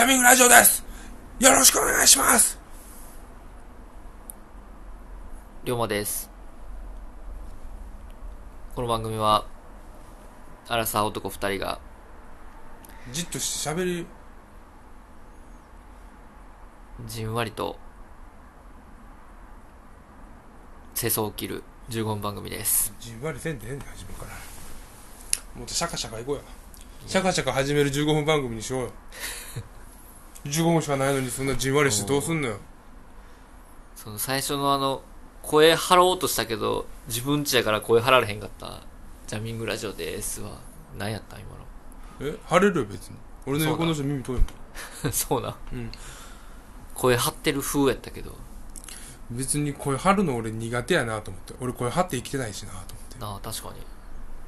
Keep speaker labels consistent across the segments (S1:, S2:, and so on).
S1: ャミングラジオですよろしくお願いします
S2: 龍馬です。この番組は、アラサー男二人が、
S1: じっとして喋り、
S2: じんわりと、世相を切る15分番組です。
S1: じんわりせんでええねん、自分から。もっとシャカシャカ行こうや。シャカシャカ始める15分番組にしよ うよ。15分しかないのにそんなじんわりしてどうすんのよ。
S2: その最初のあの、声張ろうとしたけど、自分ちやから声張られへんかった、ジャミングラジオですわ。何やったん今
S1: え晴れるよ、別に。俺の横の人耳遠いもん。
S2: の。 そうなん。
S1: うん
S2: 声張ってる風やったけど、
S1: 別に声張るの俺苦手やなと思って。俺声張って生きてないしなと思って。
S2: なあ、確かに。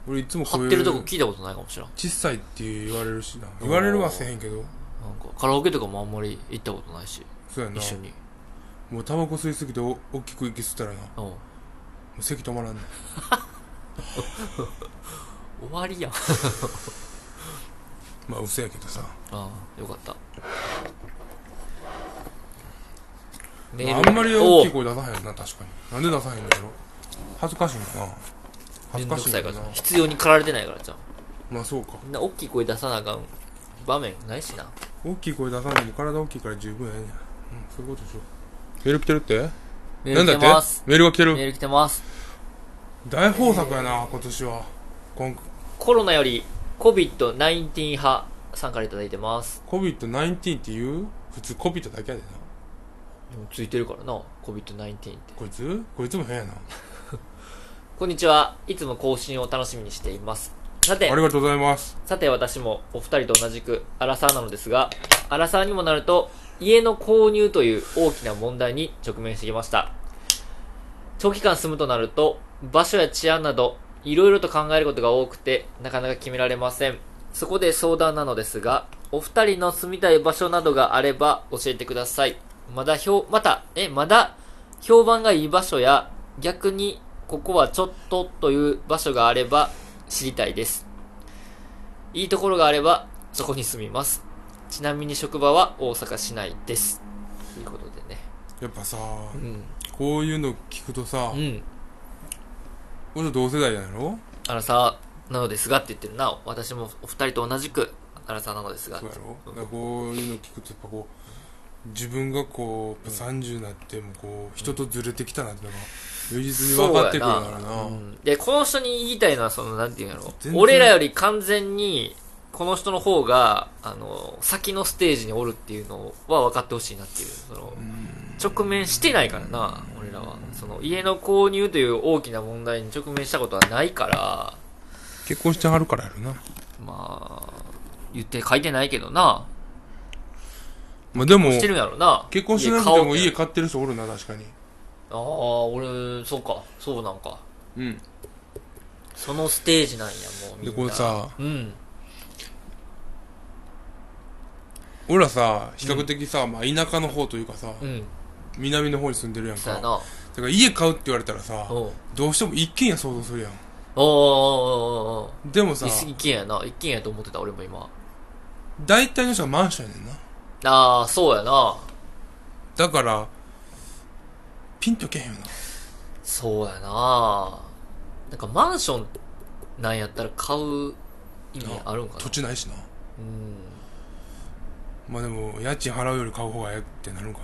S1: 俺いつも声
S2: 張ってるとこ聞いたことないかもしれん。
S1: 小さいって言われるしな。言われるはせえへんけど。
S2: なんか、カラオケとかもあんまり行ったことないし、
S1: そうやな
S2: 一。緒に。
S1: もうタバコ吸いすぎてお大きく息吸ったらな。も
S2: うん。
S1: う咳止まらんね
S2: 終わりやん。
S1: まあ嘘やけどさ
S2: ああよかったメ
S1: あんまり大きい
S2: おう
S1: 声出さへんな確かになんで出さへんのやろ恥ずかしいのかな恥ずか
S2: めんどく
S1: しい
S2: さい
S1: のから
S2: かじ
S1: な
S2: ゃん必要に駆られてないからじゃん
S1: まあそうか
S2: みんな大きい声出さなあかん場面ないしな
S1: 大きい声出さんでも体大きいから十分やねんうんそういうことしようメール来てるって
S2: メ
S1: な
S2: ール
S1: ん
S2: 来
S1: だってて
S2: ます
S1: メールが来て
S2: メ
S1: る
S2: ール来てます
S1: 大豊作やな今年は今
S2: コロナより COVID-19 派さんからいただいてます
S1: COVID-19 って言う普通 COVID だけやでな
S2: でもついてるからな COVID-19 って
S1: こいつこいつも変やな
S2: こんにちはいつも更新を楽しみにしていますさて
S1: ありがとうございます
S2: さて私もお二人と同じくアラサーなのですが、アラサーにもなると家の購入という大きな問題に直面してきました。長期間住むとなると場所や治安などいろいろと考えることが多くてなかなか決められません。そこで相談なのですが、お二人の住みたい場所などがあれば教えてください。まだ評、また、え、まだ評判がいい場所や逆にここはちょっとという場所があれば知りたいです。いいところがあれば、そこに住みます。ちなみに職場は大阪市内です。ということでね。
S1: やっぱさ
S2: うん。
S1: こういうの聞くとさ
S2: うん。
S1: 俺と同世代やろ
S2: アラサーなのですがって言ってるな。私もお二人と同じく、アラサーなのですが
S1: そう。やろだからこういうの聞くとやっぱこう自分がこうやっぱ30になってもこう人とずれてきたなってのが如実に分かってくるからな
S2: うんで、この人に言いたいのは、その、なんていうんやろ
S1: 全。然
S2: 俺らより完全に、この人の方が、あの、先のステージにおるっていうのは分かってほしいなっていう。その、直面してないからな、俺らは。その、家の購入という大きな問題に直面したことはないから、
S1: 結婚してはるからやろな、
S2: まあ、言って書いてないけどな。
S1: まあ、でも
S2: してるんやろな。
S1: 結婚してなくても
S2: 家
S1: 家
S2: 買
S1: 買
S2: おうって
S1: ってる人おるな確かに
S2: ああ、俺、そうか。そうなんか。
S1: うん
S2: そのステージなんや、もうみん
S1: で
S2: な。
S1: これさ
S2: うん。
S1: 俺らさ比較的さ、まあ、田舎の方というかさ、
S2: うん。
S1: 南の方に住んでるやん
S2: そ
S1: か
S2: うや
S1: だか
S2: な。
S1: ら家買うって言われたらさ
S2: おう
S1: どうしても一軒家想像するやん
S2: おうおうおうおうおう
S1: でもさ
S2: 一軒やな。一軒やと思ってた、俺も今。
S1: 大体の人はマンションやねんな
S2: ああ、そうやな。
S1: だからピンとけへんよな
S2: そうやな。なんかマンションなんやったら買う意味あるんかな。
S1: 土地ないしな
S2: うん。
S1: まあでも家賃払うより買う方がええってなるんか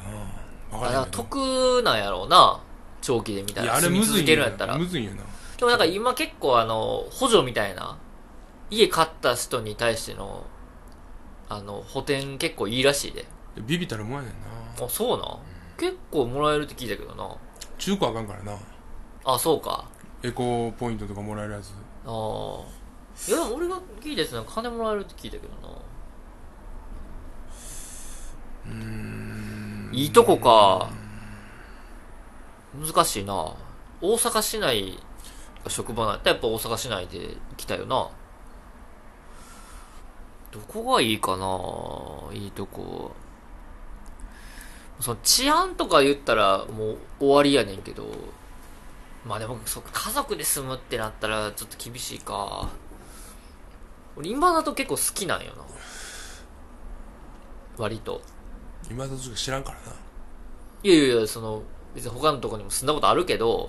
S1: な分か
S2: あ、だから
S1: へ
S2: ら
S1: んけど
S2: 得なんやろうな。長期で見た
S1: い
S2: ら。
S1: やあれ
S2: 住
S1: む
S2: み
S1: ずい
S2: 続
S1: ん
S2: けるんやったら。
S1: むずいんやな
S2: でもなんか今結構あの、補助みたいな、家買った人に対しての、あの、補填結構いいらしいで。
S1: ビビったらもんやねんな
S2: あ、そうなん結構もらえるって聞いたけどな。
S1: 中古あかんからな
S2: あ、そうか。
S1: エコポイントとかもらえるやつ
S2: ああ。いや、でも俺が聞いたやつなんか金もらえるって聞いたけどな。いいとこか。難しいな。大阪市内が職場なんやったらやっぱ大阪市内で来たよな。どこがいいかないいとこ。その治安とか言ったらもう終わりやねんけど。まあでも、そうか家族で住むってなったらちょっと厳しいか。俺今だと結構好きなんよな。割と。
S1: 今の時期知らんからない
S2: やいやいや、その、別に他のとこにも住んだことあるけど、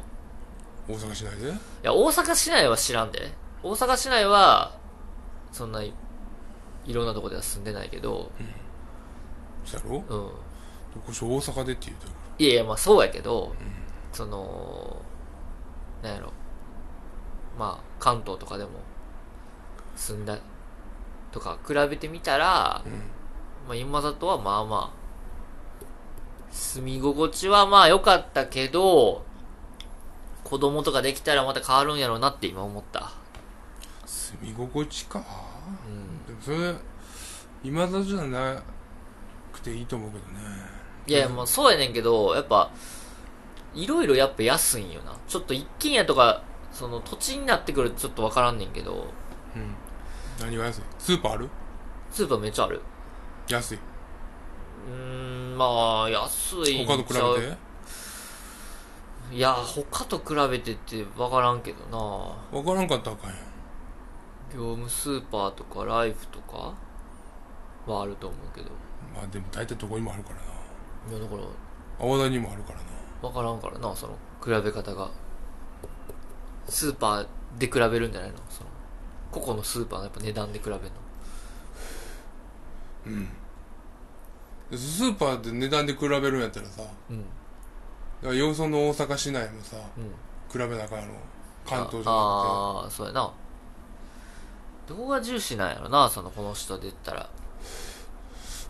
S1: 大阪市内で
S2: いや、大阪市内は知らんで。大阪市内は、そんな、いいろんなとこでは住んでないけど、
S1: そやろ
S2: うん。
S1: こし大阪でって言うと
S2: いやいや、まあそうやけど、その、なんやろ。まあ、関東とかでも、住んだ、とか比べてみたら、まあ今里はまあまあ、住み心地はまあ良かったけど、子供とかできたらまた変わるんやろうなって今思った。
S1: 住み心地か
S2: うん。
S1: でもそれ今里じゃなくていいと思うけどね
S2: いやいや、まあそうやねんけど、やっぱ、いろいろやっぱ安いんよな。ちょっと一軒家とか、その土地になってくるとちょっとわからんねんけど、
S1: うん何が安いスーパーある
S2: スーパーめっちゃある。
S1: 安いう
S2: ーん、まあ、安いんちゃ
S1: 他と
S2: う。
S1: 比べて
S2: いや、他と比べてって分からんけどな
S1: 分からんかったらあかんやん
S2: 業務スーパーとかライフとかはあると思うけど。
S1: まあでも大体どこにもあるからない
S2: や、だから、
S1: 青田にもあるからな
S2: 分からんからなその、比べ方が。スーパーで比べるんじゃないのその、個々のスーパーのやっぱ値段で比べるの。
S1: でスーパーで値段で比べるんやったらさだか
S2: うん、うん。
S1: らよその大阪市内もさ比べなあかんやろ関東じゃな
S2: ああー、そうやな。どこが重視なんやろなその、この人で言ったら。
S1: くて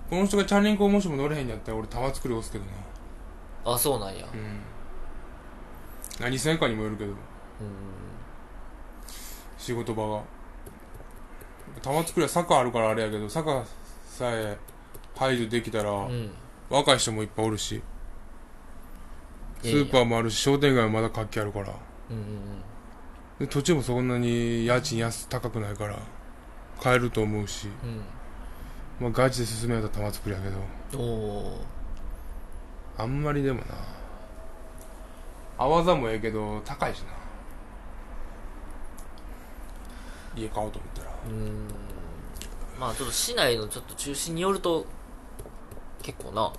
S1: この人がチャリンコもしも乗れへんやったら俺玉作り押すけどな
S2: あ、そうなんや。
S1: うん何せんかにもよるけど
S2: うん
S1: 仕事場が玉作りは坂あるからあれやけど坂さえ排除できたら、
S2: うん。
S1: 若い人もいっぱいおるしス
S2: いやいや
S1: ーパーもあるし商店街もまだ活気あるから
S2: うんうんうん。
S1: で土地もそんなに家賃安高くないから買えると思うし、
S2: う
S1: まあ、ガチで進めたら玉作りやけど
S2: ん。おー。
S1: あんまりでもな泡ざもええけど高いしな家買おうと思ったら
S2: うーん。まあちょっと市内のちょっと中心によると、結構な、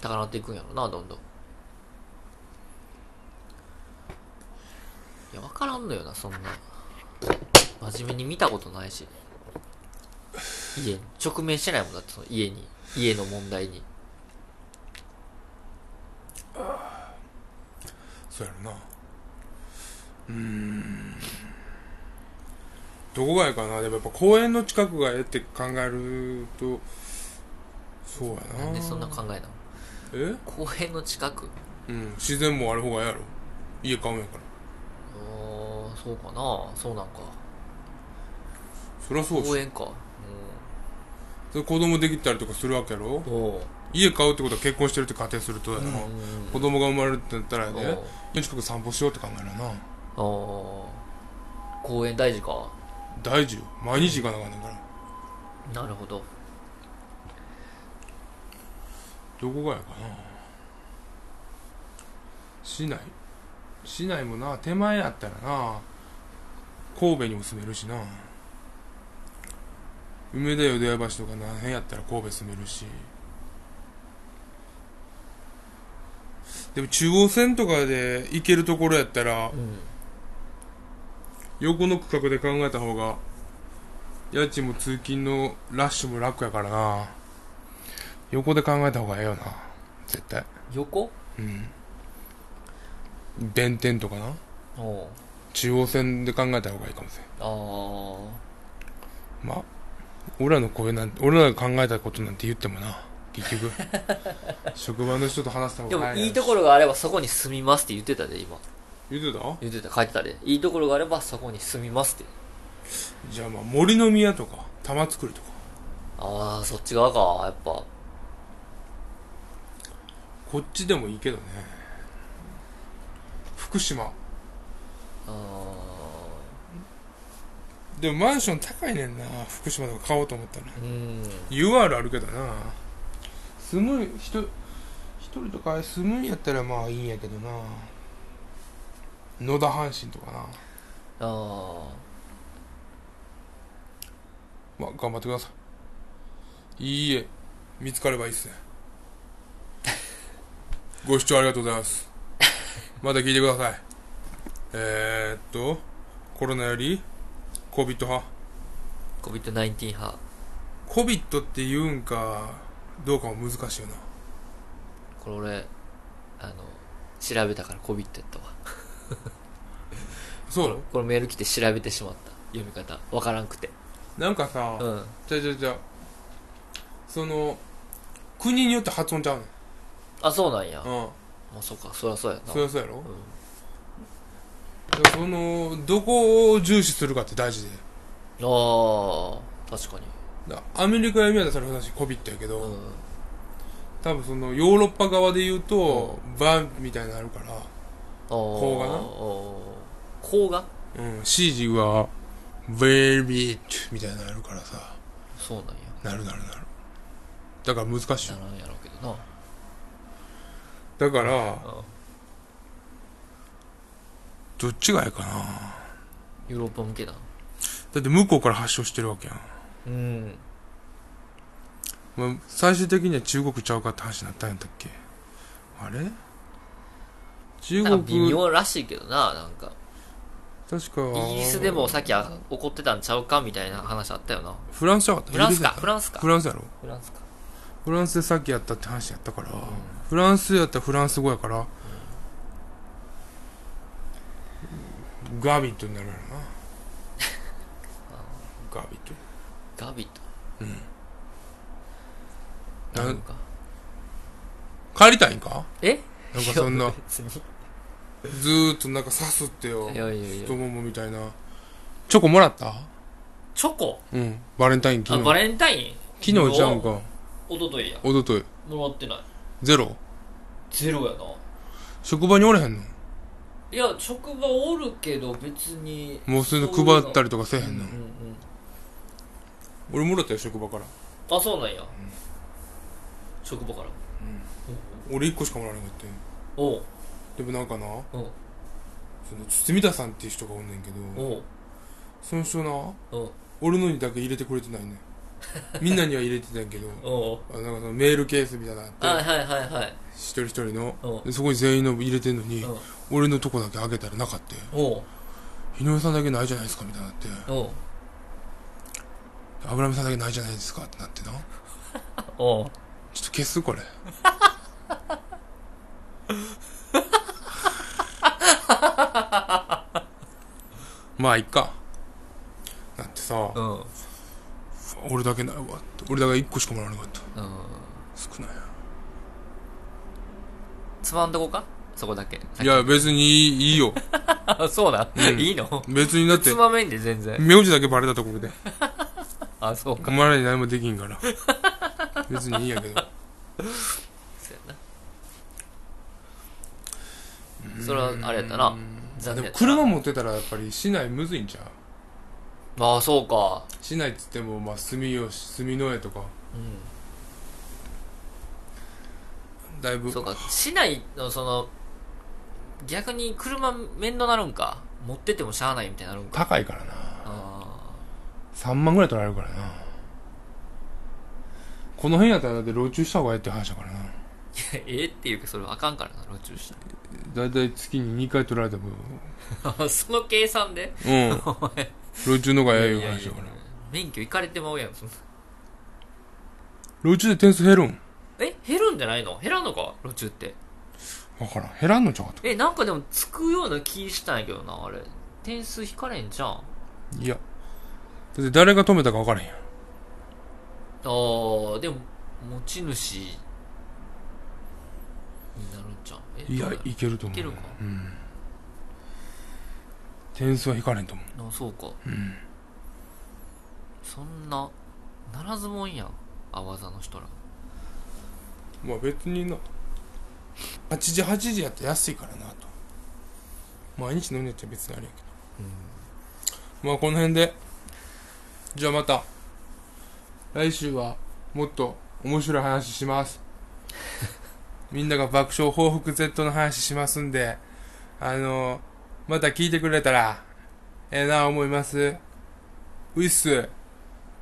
S2: 高なっていくんやろな、どんどん。いや、わからんのよな、そんな。真面目に見たことないし。家に、直面してないもんだって、その家に、家の問題に。
S1: そうやろなうーんどこがやかなでもやっぱ公園の近くがええって考えるとそうやな
S2: なんでそんな考えなの
S1: え
S2: 公園の近く
S1: うん自然もある方がええやろ家買うんやから
S2: ああ、そうかな、そうなんか。
S1: そりゃそうでしょ
S2: 公園か。
S1: それ子供できたりとかするわけやろ
S2: うん。おー。
S1: 家買うってことは結婚してるって仮定するとやな、子供が生まれるってなったらやで
S2: うん
S1: 家の近く散歩しようって考えるな
S2: あー公園大事か
S1: 大事よ毎日行かなあかんねんから
S2: なるほど
S1: どこがやかな市内市内もな手前やったらな神戸にも住めるしな梅田淀屋橋とか何辺やったら神戸住めるしでも中央線とかで行けるところやったら
S2: うん
S1: 横の区画で考えた方が家賃も通勤のラッシュも楽やからな横で考えた方がええよな絶対
S2: 横
S1: うん弁天とかな
S2: おう
S1: 中央線で考えた方がいいかもしれん
S2: ああ
S1: まあ俺らの声なんて俺らが考えたことなんて言ってもな結 局職場の人と話した方
S2: で
S1: が
S2: も
S1: 早
S2: いいと
S1: こ
S2: ころがあればそこに住みますって言ってたで今
S1: 言ってた
S2: 言ってた書いてたでいいところがあればそこに住みますって
S1: じゃあまあ森の宮とか玉造りとか
S2: ああそっち側かやっぱ
S1: こっちでもいいけどね福島
S2: あ
S1: でもマンション高いねんな福島とか買おうと思ったら
S2: ーうーん
S1: UR あるけどな住む人一人とか住むんやったらまあいいんやけどな野田阪神とかな
S2: あ
S1: まあ頑張ってくださいい家見つかればいいっ すねご視聴ありがとうございますまた聞いてくださいえー、っとコロナより COVID 派
S2: COVID-19 派。
S1: COVID って言うんかどうかも難しいよな
S2: これ俺、あの、調べたから COVID やったわ。
S1: そ
S2: これ
S1: う
S2: これメール来て調べてしまった。読み方。わからんくて。
S1: なんかさ、
S2: うん。
S1: じゃじゃじゃその国によって発音ちゃう
S2: あ、そうなんや。ま
S1: のうん
S2: あ、そうか。そりゃそうやな。
S1: そりゃそうやろ、
S2: ん
S1: だからそのどこを重視するかって大事で
S2: ああ、確かに。
S1: だアメリカやみやったら話コビットやけど、
S2: うん。
S1: 多分そのヨーロッパ側で言うと、バンみたいになるから、
S2: こ
S1: がな
S2: こうが
S1: うん、C 字はベイビーみたいになるからさ
S2: そうなんや。
S1: なるなるなるだから難しいよ
S2: ならんやろうけどな。
S1: だから
S2: うん
S1: どっちがええかな
S2: ヨーロッパ向けだ。
S1: だって向こうから発症してるわけやん
S2: うん。
S1: まあ、最終的には中国ちゃうかって話になったんやったっけあれ中
S2: なん
S1: 国
S2: か微妙らしいけどな、なんか。
S1: 確か
S2: イギリスでもさっきあ怒ってたんちゃうかみたいな話あったよな。
S1: フランスじゃなかった
S2: フランスか、
S1: イギ
S2: フランスか。
S1: フランスやろ
S2: フランスか。
S1: フランスでさっきやったって話やったから、フランスやったらフランス語やから、ガービットになるやろ なガービット
S2: ガビと。
S1: な
S2: なんか。
S1: 帰りたいんか
S2: え
S1: なんかそん
S2: い
S1: な
S2: や別に
S1: ずーっとなんか刺すってよ
S2: いやいやいや
S1: 太。ももみたいなチョコもらった
S2: チョコ
S1: うんバレンタイン昨
S2: あ、
S1: 日
S2: バレンタイン
S1: 昨日じゃうん。か
S2: おとといや。
S1: おととい
S2: もらってない。
S1: ゼロ
S2: ゼロやな。
S1: 職場におれへんの
S2: いや、職場おるけど別に。
S1: もうそういう
S2: そういう
S1: の
S2: の
S1: 配ったりとかせえへ
S2: うんんう
S1: の、
S2: ん。
S1: 俺もらったよ職場から
S2: あ、そうなんや。職場から。
S1: 俺1個しかもらわれへんかったよ
S2: おう。
S1: でもなんかな
S2: うん。
S1: その堤田さんっていう人がおんねんけど
S2: おう。
S1: その人な
S2: うん。
S1: 俺のにだけ入れてくれてないねんみんなには入れてたんやけど
S2: お
S1: あ
S2: う。
S1: なんかそのメールケースみたいなの
S2: はい
S1: あって
S2: はいはいはい。
S1: 一人一人の
S2: うん
S1: でそこに全員の入れてんのに
S2: うん
S1: 俺のとこだけ開けたらなかったよ
S2: おう。
S1: 井上さんだけないじゃないですかみたいになって
S2: おう。
S1: 油見さんだけないじゃないですかってなってな
S2: おう。
S1: ちょっと消すこれ まあいっかだってさ
S2: うん。うん。
S1: 俺だけないわって俺だけ1個しかもらわなかった少ない
S2: つまんどこかそこだけ。
S1: いや別にいいいいよ
S2: あ、そうなん
S1: うん
S2: いいの
S1: 別にだ って
S2: つまめんで全然。
S1: 名字だけバレたところで
S2: あ、そう
S1: お
S2: か。
S1: 前らに何もできんから別にいいんやけど
S2: そうやな。それは、あれやったな。残
S1: でも
S2: 念やったな。
S1: 車持ってたらやっぱり市内むずいんちゃう
S2: ああ、そうか。
S1: 市内っつってもまあ住吉住之江とか
S2: う
S1: だいぶ
S2: ん。そうか。市内のその、逆に車面倒なるんか。持っててもしゃあないみたいになるんか。
S1: 高いからな
S2: あ
S1: 3万ぐらい取られるからなこの辺やったらだって老中した方がええって話だからな
S2: あ。 ええっていうか、それはあかんからな、路中した
S1: だいたい月に2回取ら れてもう
S2: ら。 その計算で
S1: ん老中の方がええいう
S2: いやいや
S1: 話
S2: いや
S1: だから
S2: 免許いかれてまうやん。そんな
S1: 老中で点数減るん
S2: え、減るんじゃないの減らんのか路中って。
S1: 分からん減らんのちゃうかっ
S2: え、なんかでもつくような気したんやけどな、あれ。点数引かれんじゃん。あ
S1: たいやだって誰が止めたか分からへんやん
S2: ー、でも、持ち主になるんじゃん。え、
S1: いや
S2: どうなる
S1: いけると思う
S2: いけるか
S1: うん点数は引かれんと思う
S2: あ、そうか。そんな、ならずもんやん。あわざの人ら。
S1: まあ別にな8時8時やったら安いからなと毎日飲んでたら別にあれやけど、まあこの辺でじゃあまた来週はもっと面白い話しますみんなが爆笑報復 Z の話しますんであのまた聞いてくれたらええな思いますういっす